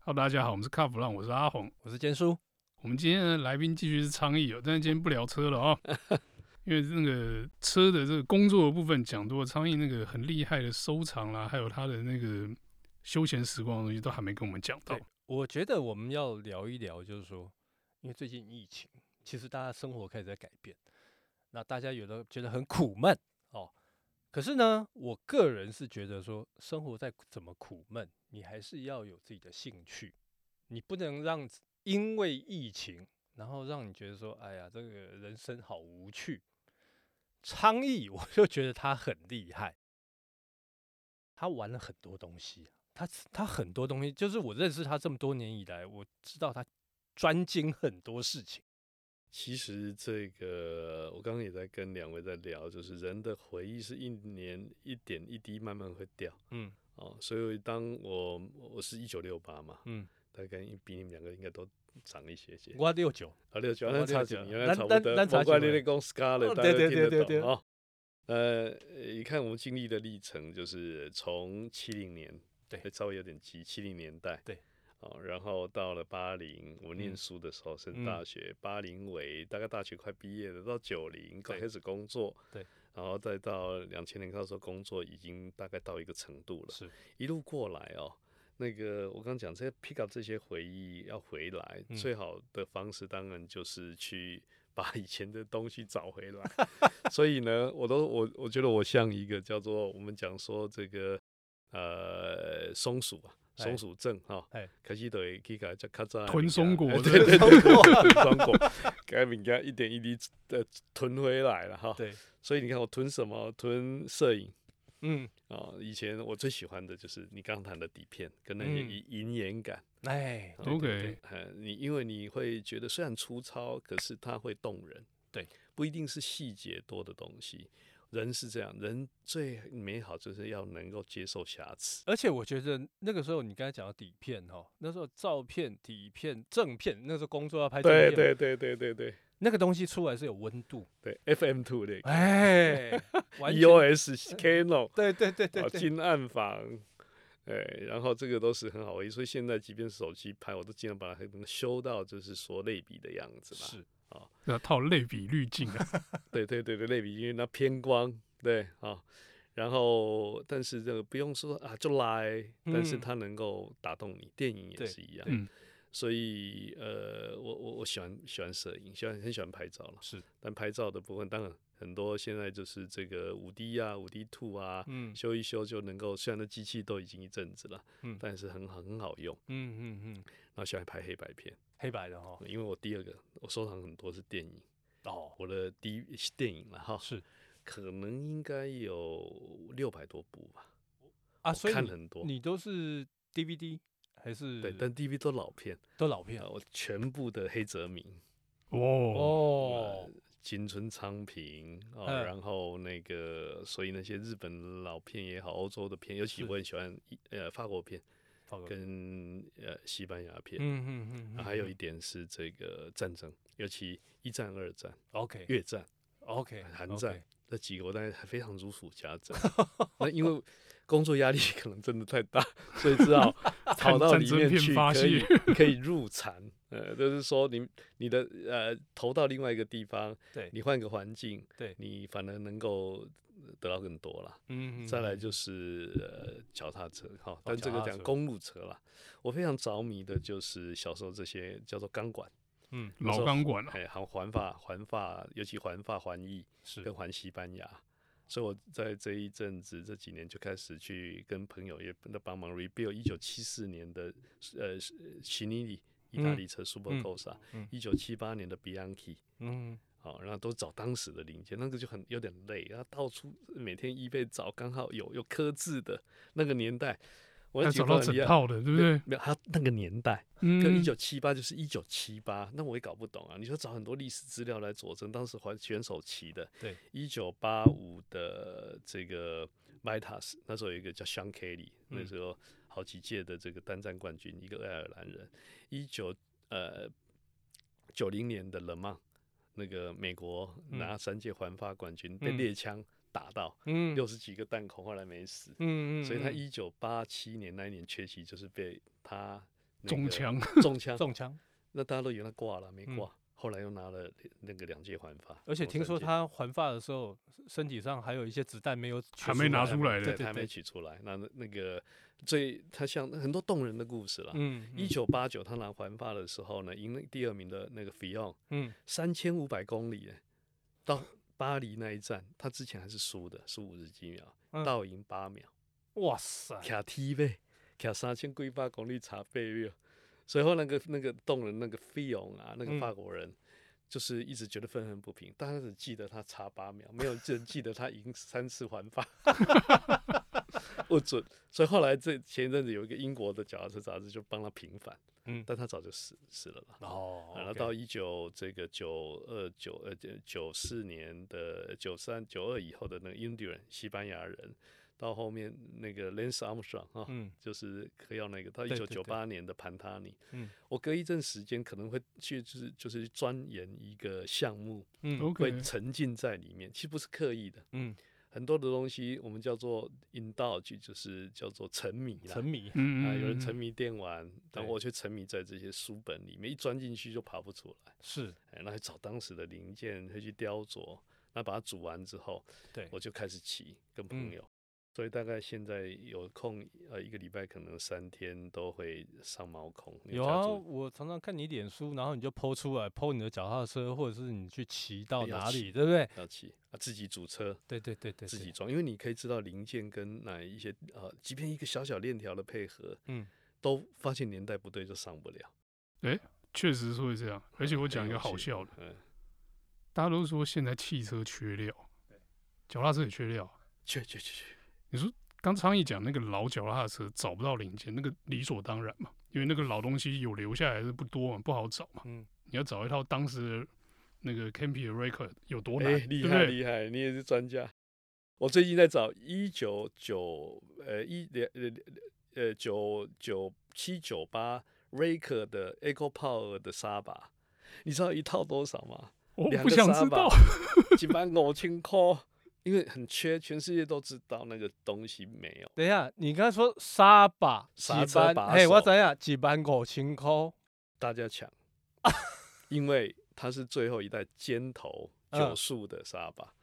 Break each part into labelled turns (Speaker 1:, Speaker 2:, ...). Speaker 1: Hello，大家好，我们是卡弗浪，我是阿红。
Speaker 2: 我是坚叔。
Speaker 1: 我们今天的来宾继续是苍蝇哦，但是今天不聊车了 啊、因为那个车的这个工作的部分讲多，苍蝇那个很厉害的收藏啦，还有他的那个休闲时光的东西都还没跟我们讲到
Speaker 2: 对。我觉得我们要聊一聊，就是说，因为最近疫情，其实大家生活开始在改变，那大家有的觉得很苦闷哦。可是呢，我个人是觉得说，生活再怎么苦闷，你还是要有自己的兴趣，你不能让因为疫情，然后让你觉得说，哎呀，这个人生好无趣。昌邑，我就觉得他很厉害，他玩了很多东西、他他很多东西，就是我认识他这么多年以来，我知道他专精很多事情。
Speaker 3: 其实这个我刚刚也在跟两位在聊，就是人的回忆是一年一点一滴慢慢会掉
Speaker 2: 嗯
Speaker 3: 哦，所以当我我是一九六八嘛，
Speaker 2: 嗯，
Speaker 3: 大概比你们两个应该都长一些些。
Speaker 2: 我六九，
Speaker 3: 啊，六九，
Speaker 2: 我
Speaker 3: 那差
Speaker 2: 69
Speaker 3: 几年，那差不
Speaker 2: 咱咱
Speaker 3: 多。
Speaker 2: 咱差
Speaker 3: 我怪
Speaker 2: 几年
Speaker 3: 你咧讲 Scarlet，
Speaker 2: 哦
Speaker 3: 大
Speaker 2: 对
Speaker 3: 家
Speaker 2: 对
Speaker 3: 都听
Speaker 2: 对对
Speaker 3: 得懂啊。呃，一看我们经历的历程，就是从七零年，哎
Speaker 2: 对
Speaker 3: 稍微有点急，七零年代，
Speaker 2: 对，
Speaker 3: 哦，然后到了八零，我念
Speaker 2: 嗯
Speaker 3: 书的时候
Speaker 2: 嗯
Speaker 3: 升大学，八零尾大概大学快毕业了，到九零
Speaker 2: 对
Speaker 3: 开始工作，
Speaker 2: 对，
Speaker 3: 然后再到两千年，那时候工作已经大概到一个程度了，
Speaker 2: 是
Speaker 3: 一路过来哦。那个我刚讲这些 pick up 这些回忆要回来，
Speaker 2: 嗯
Speaker 3: 最好的方式当然就是去把以前的东西找回 来。所以呢，我都我我觉得我像一个叫做我们讲说这个呃松鼠啊，
Speaker 2: 哎
Speaker 3: 松鼠症哈
Speaker 2: 哎，
Speaker 3: 可惜得去给它较较早
Speaker 1: 囤松 果
Speaker 3: 哎
Speaker 1: 对
Speaker 3: 对对对， 囤松果，给人家一点一滴的囤回来了哈。
Speaker 2: 对，
Speaker 3: 所以你看我囤什么？囤摄影。
Speaker 2: 嗯，
Speaker 3: 啊、以前我最喜欢的就是你刚谈的底片跟那些
Speaker 2: 嗯
Speaker 3: 银银眼感，
Speaker 2: 哎，
Speaker 3: 对
Speaker 1: OK，
Speaker 3: 呃，你因为你会觉得虽然粗糙，可是它会动人，
Speaker 2: 对，
Speaker 3: 不一定是细节多的东西。人是这样，人最美好就是要能够接受瑕疵。
Speaker 2: 而且我觉得那个时候你刚才讲到底片哈，那时候照片、底片、正片，那时候工作要拍正片
Speaker 3: 对
Speaker 2: 嘛，
Speaker 3: 对对对对对
Speaker 2: 那个东西出来是有温度，
Speaker 3: 对，FM Two ，E 那个
Speaker 2: 哎，完全，
Speaker 3: EOS Canon
Speaker 2: 对对对 对
Speaker 3: 啊，
Speaker 2: 对，
Speaker 3: 金暗房，哎，然后这个都是很好玩，所以现在即便是手机拍，我都尽量把它能修到就是说类比的样子吧。
Speaker 2: 是，
Speaker 1: 要套类比滤镜 啊，
Speaker 3: 对对对对，类比，因为那偏光，对啊、然后，但是这个不用说啊，就来，但是
Speaker 2: 嗯
Speaker 3: 它能够打动你，电影也
Speaker 2: 对
Speaker 3: 是一样。
Speaker 1: 嗯
Speaker 3: 所以，呃，我我我喜欢喜欢摄影，喜欢很喜欢拍照了。
Speaker 2: 是，
Speaker 3: 但拍照的部分，当然很多现在就是这个五 D 啊、五 D Two 啊，
Speaker 2: 嗯
Speaker 3: 修一修就能够。虽然那机器都已经一阵子了，
Speaker 2: 嗯
Speaker 3: 但是很好很好用。
Speaker 2: 嗯嗯嗯，
Speaker 3: 然后喜欢拍黑白片，
Speaker 2: 黑白的哈，
Speaker 3: 因为我第二个我收藏很多是电影，
Speaker 2: 哦，
Speaker 3: 我的第一是电影了哈。
Speaker 2: 是
Speaker 3: 可能应该有六百多部吧，
Speaker 2: 啊，
Speaker 3: 我
Speaker 2: 所以
Speaker 3: 看
Speaker 2: 你
Speaker 3: 很多，
Speaker 2: 你都是 DVD 还是
Speaker 3: 对，但 DV 都老片，
Speaker 2: 都老片
Speaker 3: 啊，我全部的黑泽明、
Speaker 1: 哦，
Speaker 3: 呃
Speaker 2: 哦，
Speaker 3: 金村昌平啊，
Speaker 2: 嗯
Speaker 3: 然后那个，所以那些日本老片也好，欧洲的片，尤其
Speaker 2: 是
Speaker 3: 我很喜欢意呃法国片
Speaker 2: 法国
Speaker 3: 跟呃西班牙片，
Speaker 2: 嗯嗯嗯，
Speaker 3: 啊还有
Speaker 2: 嗯
Speaker 3: 一点是这个战争，尤其一战、二战、
Speaker 2: OK
Speaker 3: 越战
Speaker 2: OK
Speaker 3: 韩
Speaker 2: OK，
Speaker 3: 战这几个，我大概非常如数家珍。 那因为工作压力可能真的太大，所以 只好跑
Speaker 1: 看
Speaker 3: 到
Speaker 1: 战
Speaker 3: 里
Speaker 1: 争
Speaker 3: 面
Speaker 1: 片
Speaker 3: 去，
Speaker 1: 发
Speaker 3: 可以
Speaker 1: 泄
Speaker 3: 可以入禅。呃，就是说你你的呃投到另外一个地方，
Speaker 2: 对，
Speaker 3: 你换个环境，
Speaker 2: 对
Speaker 3: 你反而能够得到更多啦。
Speaker 2: 嗯哦
Speaker 3: 再来就是是呃脚踏车哈，但这
Speaker 2: 脚
Speaker 3: 个
Speaker 2: 踏
Speaker 3: 讲
Speaker 2: 车
Speaker 3: 公路车啦，我非常着迷的就是小时候这些叫做钢管，
Speaker 2: 嗯
Speaker 1: 老钢管啊，
Speaker 3: 哎，还环法环法，尤其环法环意，
Speaker 2: 是
Speaker 3: 跟环西班牙，所以我在这一阵子这几年就开始去跟朋友也在帮忙 rebuild 一九七四年的呃奇尼里意大
Speaker 2: 嗯
Speaker 3: 利车 Super
Speaker 2: 嗯
Speaker 3: Corsa，
Speaker 2: 嗯
Speaker 3: 一九七八年的 Bianchi。
Speaker 2: 嗯
Speaker 3: 哦，然后都找当时的零件，那个就很有点累，然后到处每天一被找，刚好有有刻字的那个年代，我
Speaker 1: 要
Speaker 3: 那几
Speaker 1: 找
Speaker 3: 个
Speaker 1: 到
Speaker 3: 朋友
Speaker 1: 整
Speaker 3: 一样，
Speaker 1: 套的，对不对？
Speaker 3: 没有他那个年代，就一
Speaker 1: 嗯，
Speaker 3: 九七八就是一九七八，那我也搞不懂啊！你说找很多历史资料来佐证，当时还选手骑的，
Speaker 2: 对，
Speaker 3: 一九八五的这个 Vitas，那时候有一个叫 Sean Kelly，那
Speaker 2: 嗯
Speaker 3: 时候好几届的这个单战冠军，一个爱尔兰人。一九呃九零年的 Le Mans，那个美国
Speaker 2: 嗯
Speaker 3: 拿三届环法冠军，被
Speaker 2: 嗯
Speaker 3: 猎枪打到
Speaker 2: 嗯
Speaker 3: 六十几个弹孔，后来没死。
Speaker 2: 嗯嗯，
Speaker 3: 所以他
Speaker 2: 嗯
Speaker 3: 一九八七年那一年缺席，就是被他那
Speaker 1: 中
Speaker 3: 个
Speaker 1: 枪，
Speaker 3: 中 枪，
Speaker 2: 中枪，
Speaker 3: 那大家都以为他挂了，没
Speaker 2: 嗯
Speaker 3: 挂，后来又拿了那个两届环法，
Speaker 2: 而且
Speaker 3: 中
Speaker 2: 听
Speaker 3: 山
Speaker 2: 说
Speaker 3: 舰
Speaker 2: 他还发的时候，身体上还有一些子弹没有取
Speaker 1: 还没拿出来
Speaker 2: 对
Speaker 1: 的
Speaker 2: 对
Speaker 3: 还没
Speaker 2: 对，
Speaker 3: 取出来，那那个最他像很多动人的故事啦。
Speaker 2: 嗯，
Speaker 3: 一
Speaker 2: 嗯
Speaker 3: 九八九，他拿环法的时候呢，赢了第二名的那个菲奥，
Speaker 2: 嗯
Speaker 3: 三千五百公里耶，到巴黎那一站，他之前还是输的，输五十几秒，
Speaker 2: 嗯
Speaker 3: 倒赢八秒，
Speaker 2: 哇塞，
Speaker 3: 卡 T 呗，卡三千规八公里差倍秒。随后那个那个动人那个费用啊，那个
Speaker 2: 嗯
Speaker 3: 法国人。就是一直觉得愤恨不平，大家只记得他差八秒，没有 人记得他赢三次环法， 不准。所以后来这前一阵子有一个英国的脚踏车杂志就帮他平反，
Speaker 2: 嗯，
Speaker 3: 但他早就死死了啦。
Speaker 2: 哦，
Speaker 3: 然后
Speaker 2: OK
Speaker 3: 到一九这个九二九呃九四年的九三九二以后的那个印第安西班牙人，到后面那个 Lance Armstrong 啊，
Speaker 2: 嗯
Speaker 3: 就是嗑药那个，到一
Speaker 2: 对
Speaker 3: 九
Speaker 2: 对
Speaker 3: 九八年的盘塔尼，
Speaker 2: 嗯
Speaker 3: 我隔一阵时间可能会去就是就是钻研一个项目，
Speaker 2: 嗯
Speaker 1: OK，
Speaker 3: 会沉浸在里面，其实不是刻意的，
Speaker 2: 嗯，
Speaker 3: 很多的东西我们叫做 indulge，就是叫做沉迷啦
Speaker 2: 沉。迷，
Speaker 1: 嗯
Speaker 3: 啊、
Speaker 1: 嗯，
Speaker 3: 有人
Speaker 1: 嗯
Speaker 3: 沉迷电玩，但
Speaker 2: 对
Speaker 3: 我却沉迷在这些书本里面，一钻进去就爬不出来。
Speaker 2: 是
Speaker 3: 哎，那去找当时的零件，会去雕琢，那把它煮完之后，
Speaker 2: 对
Speaker 3: 我就开始骑，跟
Speaker 2: 嗯
Speaker 3: 朋友。所以大概现在有空，呃，一个礼拜可能三天都会上毛孔。因为
Speaker 2: 有
Speaker 3: 家
Speaker 2: 啊，
Speaker 3: 住
Speaker 2: 我常常看你脸书，然后你就剖出来剖你的脚踏车，或者是你去骑到
Speaker 3: 要
Speaker 2: 哪
Speaker 3: 哎骑
Speaker 2: 里，对不对？
Speaker 3: 要骑啊，自己组车，
Speaker 2: 对对对对，
Speaker 3: 自
Speaker 2: 对
Speaker 3: 己装，因为你可以知道零件跟哪一些呃，即便一个小小链条的配合，
Speaker 2: 嗯，
Speaker 3: 都发现年代不对就上不了。
Speaker 1: 确实是会这样。而且我
Speaker 3: 很
Speaker 1: 讲一
Speaker 3: 有
Speaker 1: 个好
Speaker 3: 趣
Speaker 1: 笑的，，
Speaker 3: 嗯，
Speaker 1: 大家都说现在汽车缺料，脚踏车也缺料。
Speaker 3: 去去去去，
Speaker 1: 刚昌义讲那个老脚踏车找不到零件，那个理所当然嘛，因为那个老东西有留下来的不多嘛，不好找嘛。
Speaker 2: 嗯，
Speaker 1: 你要找一套当时的那个 Campy 的 Record 有多难，
Speaker 3: 哎，
Speaker 1: 对
Speaker 3: 厉
Speaker 1: 不对？
Speaker 3: 害厉害，你也是专家。我最近在找一九九呃一两呃呃九九七九八 Raker 的 Eco Power 的沙把，你知道一套多少吗？
Speaker 1: 我
Speaker 3: 两
Speaker 1: 不
Speaker 3: 个
Speaker 1: 想
Speaker 3: 沙
Speaker 1: 知
Speaker 3: 吧
Speaker 1: 道。
Speaker 3: 几万五千块，因为很缺，全世界都知道那个东西没有。
Speaker 2: 等一下，你刚才说沙把几
Speaker 3: 刹车
Speaker 2: 班
Speaker 3: 把
Speaker 2: 嘿，我
Speaker 3: 手
Speaker 2: 怎样几班五千块？
Speaker 3: 大 家抢，因为它是最后一代尖头
Speaker 2: 嗯
Speaker 3: 九速的沙巴，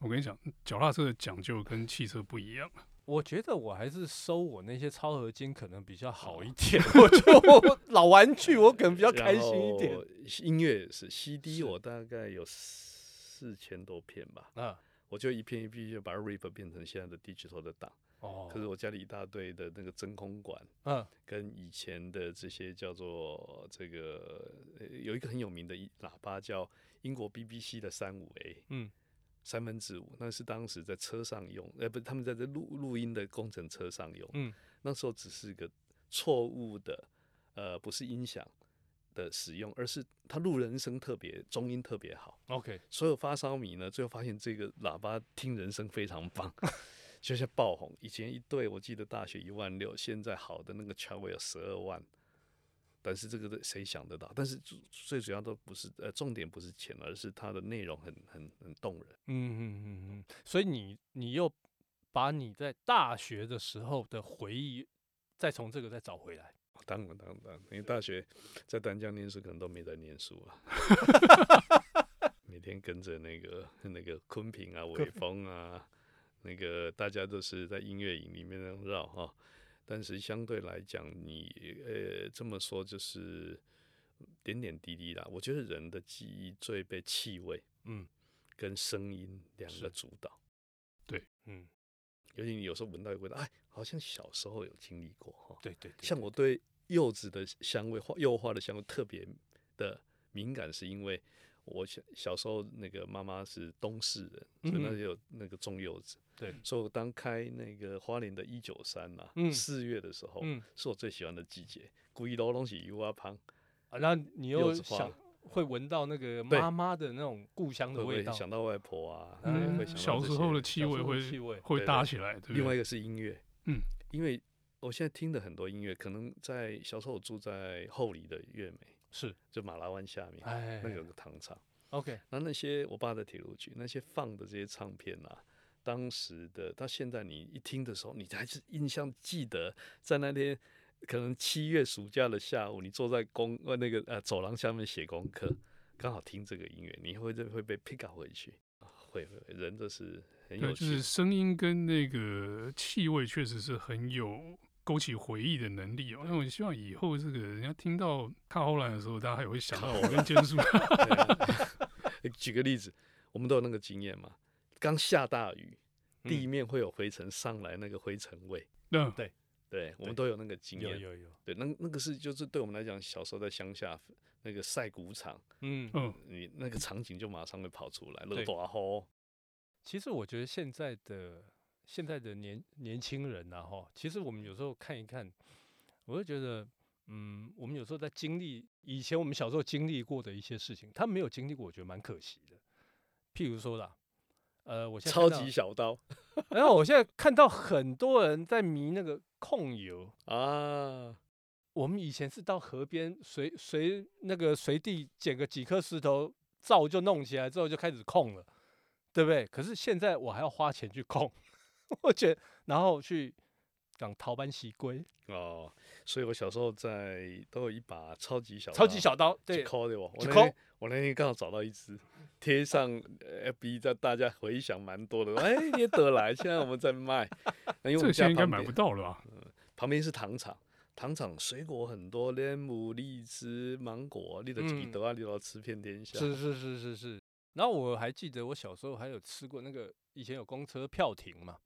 Speaker 1: 我跟你讲，脚踏车的讲究跟汽车不一样。
Speaker 2: 我觉得我还是收我那些超合金可能比较好
Speaker 3: 哦
Speaker 2: 一 点，我就老玩具，我可能比较开心一点。。
Speaker 3: 音乐也是 CD，
Speaker 2: 是
Speaker 3: 我大概有四千多片吧，
Speaker 2: 啊，
Speaker 3: 我就一片一片就把 RIP 变成现在的 digital 的档。
Speaker 2: 哦，
Speaker 3: 可是我家里一大堆的那个真空管，
Speaker 2: 嗯，
Speaker 3: 跟以前的这些叫做这个呃有一个很有名的一喇叭叫英国 BBC 的三五 A，
Speaker 2: 嗯，
Speaker 3: 三分之五，那是当时在车上用，呃，不，他们在这录录音的工程车上用，
Speaker 2: 嗯，
Speaker 3: 那时候只是个错误的，呃，不是音响的使用，而是它录人声特别中音特别好，
Speaker 2: OK，
Speaker 3: 所有发烧迷呢，最后发现这个喇叭听人声非常棒， 就是爆红。以前一对我记得大学一万六，现在好的那个 c h a w e l 十二万，但是这个都谁想得到？但是最最主要都不是呃，重点不是钱，而是它的内容很很很动人。
Speaker 2: 嗯嗯嗯嗯，所以你你又把你在大学的时候的回忆再从这个再找回来。
Speaker 3: 当然当然，当然因为大学在丹江念书，可能都没在念书 啊。每天跟着那个那个昆平啊、伟峰啊，那个大家都是在音乐营里面那样绕哈、但是相对来讲，你呃这么说就是点点滴滴啦。我觉得人的记忆最被气味
Speaker 2: 嗯
Speaker 3: 跟声音两个
Speaker 2: 是
Speaker 3: 主导，
Speaker 2: 嗯，
Speaker 3: 尤其你有时候闻到一个味道，哎，好像小时候有经历过哈、
Speaker 2: 对对对，
Speaker 3: 像我对柚子的香味、花柚花的香味特别的敏感，是因为我小小时候那个妈妈是东市人，所以那
Speaker 2: 嗯
Speaker 3: 里有那个种柚子，
Speaker 2: 对，
Speaker 3: 所以我当开那个花莲的一九三呐
Speaker 2: 嗯，
Speaker 3: 四月的时候，
Speaker 2: 嗯，
Speaker 3: 是我最喜欢的季节，鬼楼东西柚啊旁，
Speaker 2: 啊，那你
Speaker 3: 柚
Speaker 2: 又
Speaker 3: 子花
Speaker 2: 想会闻到那个
Speaker 3: 对
Speaker 2: 妈妈的那种故乡的
Speaker 3: 会不
Speaker 2: 味
Speaker 3: 会
Speaker 2: 道，
Speaker 3: 想到外婆啊？
Speaker 2: 嗯
Speaker 3: 会
Speaker 1: 嗯，
Speaker 3: 想到
Speaker 1: 小
Speaker 3: 这
Speaker 1: 时候
Speaker 3: 些
Speaker 1: 的气
Speaker 2: 小
Speaker 1: 味
Speaker 2: 时候的
Speaker 1: 会
Speaker 2: 气味
Speaker 1: 会
Speaker 3: 对
Speaker 1: 搭
Speaker 3: 对
Speaker 1: 起来，对不
Speaker 3: 另外
Speaker 1: 对
Speaker 3: 一个是音乐，
Speaker 1: 嗯，
Speaker 3: 因为我现在听的很多音乐，可能在小时候我住在后里的月美，
Speaker 2: 是，
Speaker 3: 就马拉湾下面，
Speaker 2: 哎，
Speaker 3: 那个有个糖厂。
Speaker 2: OK，
Speaker 3: 那那些我爸在铁路局那些放的这些唱片啊，当时的到现在你一听的时候，你还是印象记得在那天可能七月暑假的下午，你坐在公呃那个呃走廊下面写功课，刚好听这个音乐，你会这会被 pick up 回去，啊会会会人这是很
Speaker 1: 对，
Speaker 3: 有
Speaker 1: 就
Speaker 3: 趣
Speaker 1: 是， 声音跟那个气味确实是很有勾起回忆的能力哦。那我希望以后这个人家听到卡后兰的时候，大家也会想到我跟坚叔。
Speaker 3: 对啊举个例子，我们都有那个经验嘛，刚下大雨，地
Speaker 2: 嗯
Speaker 3: 面会有灰尘上来，那个灰尘味，
Speaker 1: 那
Speaker 3: 对我们
Speaker 2: 对
Speaker 3: 都有那个经
Speaker 2: 有
Speaker 3: 验。
Speaker 2: 有有，
Speaker 3: 对，那那个是就是对我们来讲，小时候在乡下那个晒谷场，
Speaker 2: 嗯，
Speaker 1: 嗯，
Speaker 3: 你那个场景就马上会跑出来，乐
Speaker 2: 对
Speaker 3: 大吼。
Speaker 2: 其实我觉得现在的现在的年年轻人呐，哈，其实我们有时候看一看，我就觉得，嗯，我们有时候在经历以前我们小时候经历过的一些事情，他没有经历过，我觉得蛮可惜的。譬如说啦，呃，我现在
Speaker 3: 超
Speaker 2: 看到
Speaker 3: 级，小刀
Speaker 2: 然后我现在看到很多人在迷那个控油，
Speaker 3: 啊，
Speaker 2: 我们以前是到河边随随那个随地捡个几颗石头，造就弄起来之后就开始控了，对不对？可是现在我还要花钱去控， 我觉得，然后去讲逃班习龟，
Speaker 3: 哦，所以我小时候在都有一把超级小
Speaker 2: 超级小刀，
Speaker 3: 对
Speaker 2: 对，
Speaker 3: 抠的我，我
Speaker 2: 去
Speaker 3: 那
Speaker 2: 抠
Speaker 3: 天我那天刚好找到一只，贴上 FB 在大家回想蛮多的，哎，你也得来，现在我们在卖，那因为我
Speaker 1: 这
Speaker 3: 们
Speaker 1: 个现
Speaker 3: 家
Speaker 1: 在应该
Speaker 3: 旁
Speaker 1: 买
Speaker 3: 边
Speaker 1: 不到了吧？
Speaker 3: 旁边是糖厂，糖厂水果很多，莲雾、荔枝、芒果，你的几
Speaker 2: 嗯
Speaker 3: 得啊，你都要吃遍天下。
Speaker 2: 是是是是是。然后我还记得我小时候还有吃过那个，以前有公车票亭嘛，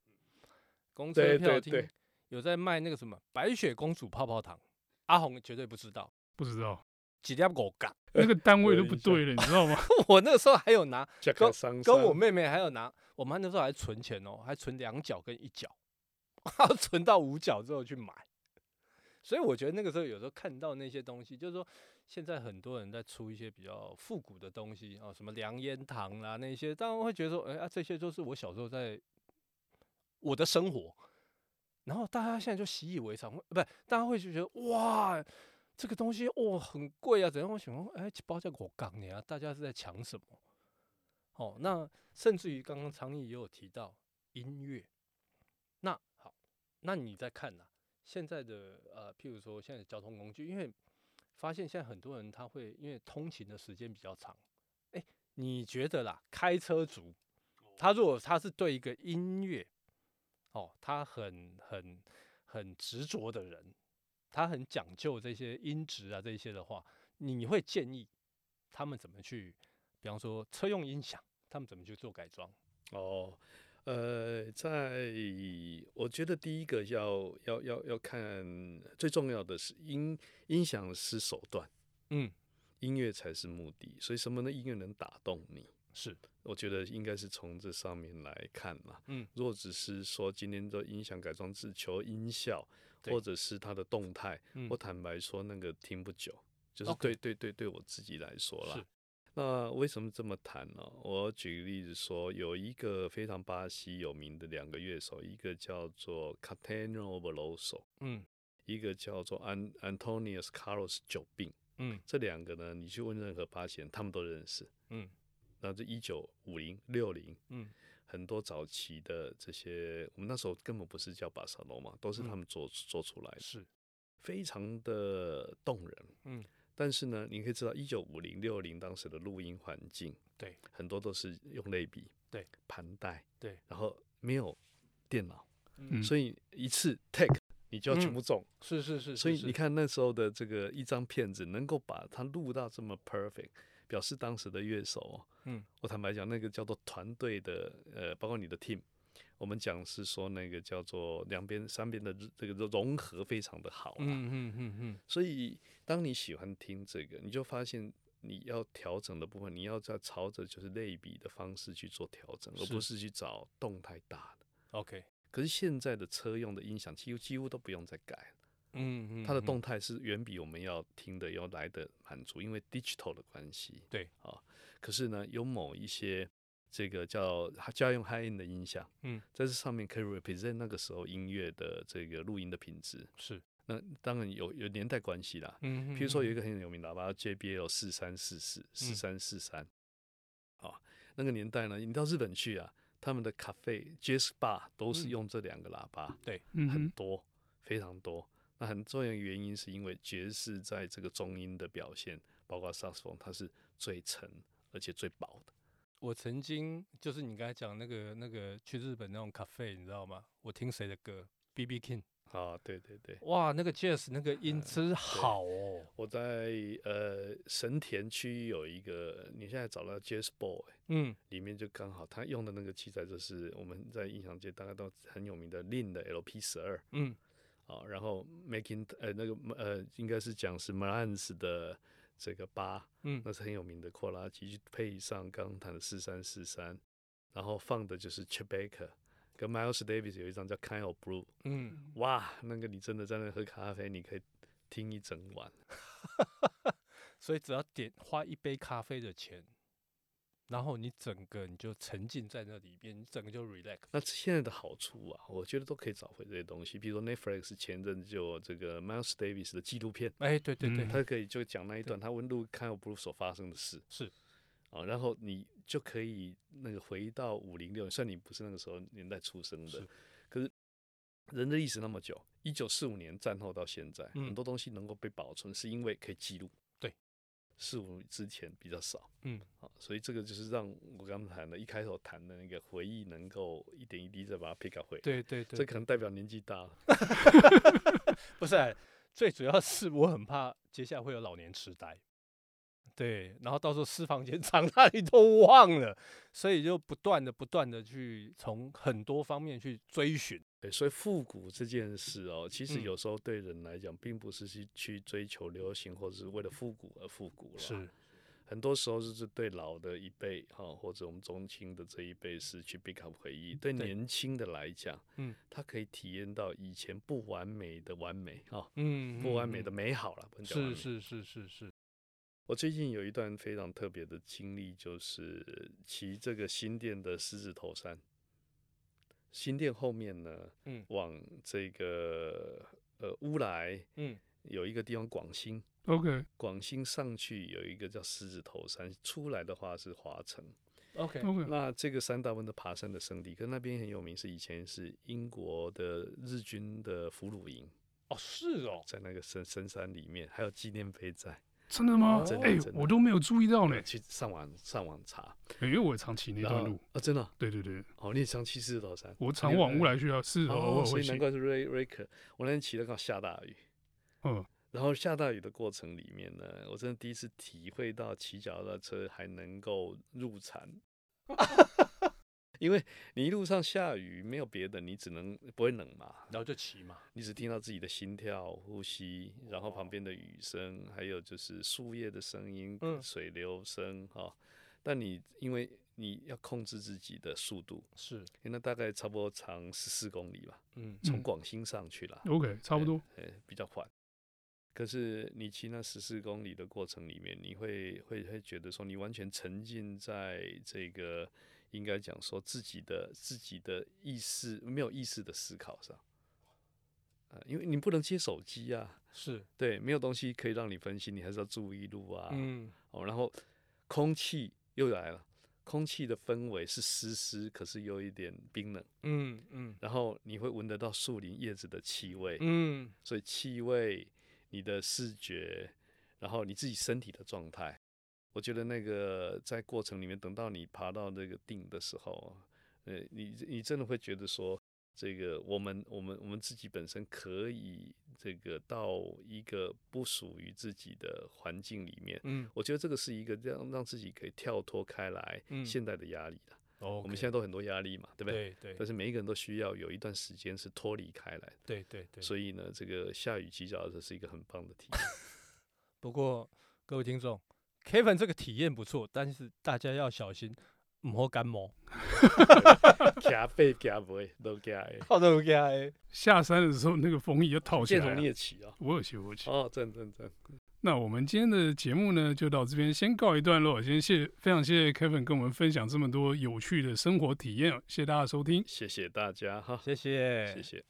Speaker 2: 公车
Speaker 3: 对
Speaker 2: 票
Speaker 3: 对
Speaker 2: 亭
Speaker 3: 对
Speaker 2: 有在卖那个什么白雪公主泡泡糖，阿红绝对不知道，
Speaker 1: 不知道，
Speaker 2: 几粒狗干。
Speaker 1: 那个单位
Speaker 3: 有
Speaker 1: 都不
Speaker 3: 印象
Speaker 1: 对了，你知道吗？
Speaker 2: 我那个时候还有拿
Speaker 3: 加
Speaker 2: 跟
Speaker 3: 克桑
Speaker 2: 跟我
Speaker 3: 山
Speaker 2: 妹妹还有拿，我们那时候还存钱哦，还存两角跟一角， 然后存到五角之后去买。所以我觉得那个时候有时候看到那些东西，就是说现在很多人在出一些比较复古的东西啊，什么凉烟糖啦、那些，当然会觉得说，哎、啊，这些都是我小时候在我的生活。然后大家现在就习以为常，不是，大家会就觉得哇，这个东西哦很贵啊，怎样？我想说，哎，一包叫我杠你啊，大家是在抢什么？哦，那甚至于刚刚常毅也有提到音乐，那好，那你再看呐、现在的呃，譬如说现在的交通工具，因为发现现在很多人他会因为通勤的时间比较长，哎、你觉得啦，开车族他如果他是对一个音乐，哦，他很很很执着的人，他很讲究这些音质啊这一些的话，你会建议他们怎么去，比方说车用音响，他们怎么去做改装？
Speaker 3: 哦，呃，在我觉得第一个要要要要看最重要的是音音响是手段，
Speaker 2: 嗯，
Speaker 3: 音乐才是目的，所以什么的音乐能打动你？
Speaker 2: 是，
Speaker 3: 我觉得应该是从这上面来看嘛。
Speaker 2: 嗯，
Speaker 3: 如果只是说今天的音响改装只求音效，
Speaker 2: 对
Speaker 3: 或者是它的动态，
Speaker 2: 嗯
Speaker 3: 我坦白说那个听不久，就是对
Speaker 2: OK
Speaker 3: 对对对我自己来说啦
Speaker 2: 是。
Speaker 3: 那为什么这么谈呢？我举个例子说，有一个非常巴西有名的两个乐手，一个叫做 c a t a n o v e l o s o
Speaker 2: 嗯
Speaker 3: 一个叫做 An Antonius Carlos 久病。
Speaker 2: 嗯
Speaker 3: 这两个呢，你去问任何巴西人，他们都认识。
Speaker 2: 嗯
Speaker 3: 那这一九五零六零，
Speaker 2: 嗯，
Speaker 3: 很多早期的这些，我们那时候根本不是叫巴萨罗嘛，都是
Speaker 2: 嗯
Speaker 3: 他们做、做出来的，
Speaker 2: 是，
Speaker 3: 非常的动人。
Speaker 2: 嗯，
Speaker 3: 但是呢，你可以知道，一九五零六零当时的录音环境，
Speaker 2: 对，
Speaker 3: 很多都是用类比，
Speaker 2: 对，
Speaker 3: 盘带，
Speaker 2: 对，
Speaker 3: 然后没有电脑，
Speaker 1: 嗯
Speaker 3: 所以一次 take 你就要全
Speaker 2: 嗯
Speaker 3: 部中。
Speaker 2: 是是是，
Speaker 3: 所以
Speaker 2: 嗯是
Speaker 3: 你，看那时候的这个一张片子，能够把它录到这么 perfect，表示当时的乐手哦，
Speaker 2: 嗯，
Speaker 3: 我坦白讲，那个叫做团队的，呃，包括你的 team，我们讲是说那个叫做两边三边的这个融合非常的好、啊，
Speaker 2: 嗯嗯嗯嗯，
Speaker 3: 所以当你喜欢听这个，你就发现你要调整的部分，你要在朝着就是类比的方式去做调整，而
Speaker 2: 是
Speaker 3: 不是去找动态大的。
Speaker 2: OK，
Speaker 3: 可是现在的车用的音响几乎几乎都不用再改了。
Speaker 2: 嗯嗯，
Speaker 3: 它的
Speaker 2: 嗯
Speaker 3: 动态是远比我们要听的要来的满足，因为 digital 的关系。
Speaker 2: 对
Speaker 3: 啊、可是呢，有某一些这个叫家用 high end 的音响，
Speaker 2: 嗯，
Speaker 3: 在这上面可以 represent 那个时候音乐的这个录音的品质。
Speaker 2: 是，
Speaker 3: 那当然有有年代关系啦。
Speaker 2: 嗯，
Speaker 3: 比如说有一
Speaker 2: 个，
Speaker 3: 个很有名的喇叭 JBL 四三四四四三四三，啊，那个年代呢，你到日本去啊，他们的 cafe、jazz bar 都
Speaker 2: 嗯
Speaker 3: 是用这两个喇叭。
Speaker 1: 嗯
Speaker 3: 很
Speaker 1: 哼，
Speaker 3: 多，非常多。那很重要的原因是因为爵士在这个中音的表现，包括萨克斯风，它是最沉而且最薄的。
Speaker 2: 我曾经就是你刚才讲那个那个去日本那种咖啡，你知道吗？我听谁的歌？B B King，嗯
Speaker 3: 啊，对对对，
Speaker 2: 哇，那个 jazz 那个音之好哦，
Speaker 3: 我在呃神田区有一个，你现在找到 Jazz Boy
Speaker 2: 嗯
Speaker 3: 里面就刚好他用的那个器材，就是我们在音响界大概都很有名的 Lin 的 LP 十二
Speaker 2: 嗯
Speaker 3: 啊，然后 Making 呃那个呃应该是讲是 Marantz 的这个八，
Speaker 2: 嗯
Speaker 3: 那是很有名的扩拉机，去配上刚刚弹的四三四三，然后放的就是 Chet Baker 跟 Miles Davis 有一张叫 Kind of Blue，
Speaker 2: 嗯，
Speaker 3: 哇，那个你真的在那喝咖啡，你可以听一整晚。
Speaker 2: 所以只要点花一杯咖啡的钱，然后你整个你就沉浸在那里边，你整个就 relax。
Speaker 3: 那现在的好处啊，我觉得都可以找回这些东西。比如说 Netflix 前阵就有这个 Miles Davis 的纪录片，
Speaker 2: 哎，对对对，
Speaker 1: 嗯
Speaker 3: 他可以就讲那一段他温度看有 b l 所发生的事
Speaker 2: 是
Speaker 3: 啊，然后你就可以那个回到五零六，虽然你不是那个时候年代出生的
Speaker 2: 是，
Speaker 3: 可是人的历史那么久，一九四五年战后到现在，
Speaker 2: 嗯
Speaker 3: 很多东西能够被保存，是因为可以记录。
Speaker 2: 对，
Speaker 3: 四五之前比较少。
Speaker 2: 嗯，
Speaker 3: 啊，所以这个就是让我刚才谈的，一开头谈的那个回忆，能够一点一滴再把它 pick up 回来。
Speaker 2: 对对对，
Speaker 3: 这可能代表年纪大了。
Speaker 2: 不是、啊最主要是我很怕接下来会有老年痴呆，对，然后到时候私房钱 长大你都忘了，所以就不断的不断的去从很多方面去追寻，
Speaker 3: 对，所以复古这件事哦，其实
Speaker 2: 嗯
Speaker 3: 有时候对人来讲，并不是去去追求流行，或者是为了复古而复古了。，很多时候就是对老的一辈哈、或者我们中青的这一辈是去 pick up 回忆。对
Speaker 2: 对
Speaker 3: 年轻的来讲，
Speaker 2: 嗯，
Speaker 3: 他可以体验到以前不完美的完美哈、
Speaker 2: 嗯，
Speaker 3: 不完美
Speaker 2: 嗯
Speaker 3: 的，美好了，不能讲完
Speaker 2: 是
Speaker 3: 美
Speaker 2: 是是是是，
Speaker 3: 我最近有一段非常特别的经历，就是骑这个新店的狮子头山。新店后面呢，
Speaker 2: 嗯
Speaker 3: 往这个呃乌来
Speaker 2: 嗯
Speaker 3: 有一个地方广兴，
Speaker 1: OK
Speaker 3: 广兴上去有一个叫狮子头山，出来的话是华城。
Speaker 2: ，OK，
Speaker 1: OK，
Speaker 3: 那这个山大部分的爬山的圣地，跟那边很有名，是以前是英国的日军的俘虏营，
Speaker 2: 哦是哦，
Speaker 3: 在那个深深山里面，还有纪念碑在。
Speaker 1: 真的吗
Speaker 3: 真？的
Speaker 1: 哎
Speaker 3: 真的，
Speaker 1: 我都没有注意到呢，
Speaker 3: 去上网上网查，
Speaker 1: 因为我也常骑那
Speaker 3: 然
Speaker 1: 段
Speaker 3: 后
Speaker 1: 路。
Speaker 3: 啊，真的啊
Speaker 1: 对对对，
Speaker 3: 哦，你也想骑狮子头山？
Speaker 1: 我常往乌来去啊，是偶
Speaker 3: 呃哦，
Speaker 1: 尔
Speaker 3: 所
Speaker 1: 会
Speaker 3: 以
Speaker 1: 骑
Speaker 3: 难。怪是瑞瑞克。我那天骑了刚好下大雨，
Speaker 1: 嗯，
Speaker 3: 然后下大雨的过程里面呢，我真的第一次体会到骑脚踏车还能够入禅，因为你一路上下雨没有别的，你只能不会冷嘛，
Speaker 2: 然后就骑嘛，
Speaker 3: 你只听到自己的心跳、呼吸，然后旁边的雨声，还有就是树叶的声音、
Speaker 2: 嗯
Speaker 3: 水流声哈、但你因为你要控制自己的速度，
Speaker 2: 是，
Speaker 3: 因为那大概差不多长十四公里吧，
Speaker 2: 嗯
Speaker 3: 从
Speaker 1: 嗯
Speaker 3: 广兴上去啦。
Speaker 1: OK，差不多。
Speaker 3: 呃，比较缓。可是你骑那十四公里的过程里面，你会会会觉得说，你完全沉浸在这个应该讲说自己的自己的意识没有意识的思考上，呃，因为你不能接手机啊，
Speaker 2: 是，
Speaker 3: 对，没有东西可以让你分心，你还是要注意路啊，
Speaker 2: 嗯
Speaker 3: 哦，然后空气又来了，空气的氛围是湿湿，可是又有一点冰冷，
Speaker 2: 嗯嗯
Speaker 3: 然后你会闻得到树林叶子的气味，
Speaker 2: 嗯，
Speaker 3: 所以气味、你的视觉，然后你自己身体的状态，我觉得那个在过程里面，等到你爬到那个顶的时候，呃，你你真的会觉得说，这个我们我们我们自己本身可以这个到一个不属于自己的环境里面。
Speaker 2: 嗯
Speaker 3: 我觉得这个是一个让让自己可以跳脱开来
Speaker 2: 嗯
Speaker 3: 现代的压力的。
Speaker 2: 哦，
Speaker 3: 我们现在都很多压力嘛，对不对？
Speaker 2: 对对
Speaker 3: 但是每一个人都需要有一段时间是脱离开来的。
Speaker 2: 对对对，
Speaker 3: 所以呢，这个下雨骑脚踏车是一个很棒的体验。
Speaker 2: 不过各位听众，Kevin 这个体验不错，但是大家要小心，唔好感冒。
Speaker 3: 加背加不会都加 诶，
Speaker 2: 好的，OK。
Speaker 1: 下山的时候那个风衣要套起
Speaker 3: 建
Speaker 1: 来
Speaker 3: 宏你
Speaker 1: 啊。
Speaker 3: 也骑啊？
Speaker 1: 我有骑，我有骑。
Speaker 3: 哦，赞赞赞！
Speaker 1: 那我们今天的节目呢，就到这边先告一段落。先谢，非常谢谢 Kevin 跟我们分享这么多有趣的生活体验哦，谢谢大家收听。
Speaker 3: 谢谢大家哈，
Speaker 2: 谢谢，
Speaker 3: 谢谢。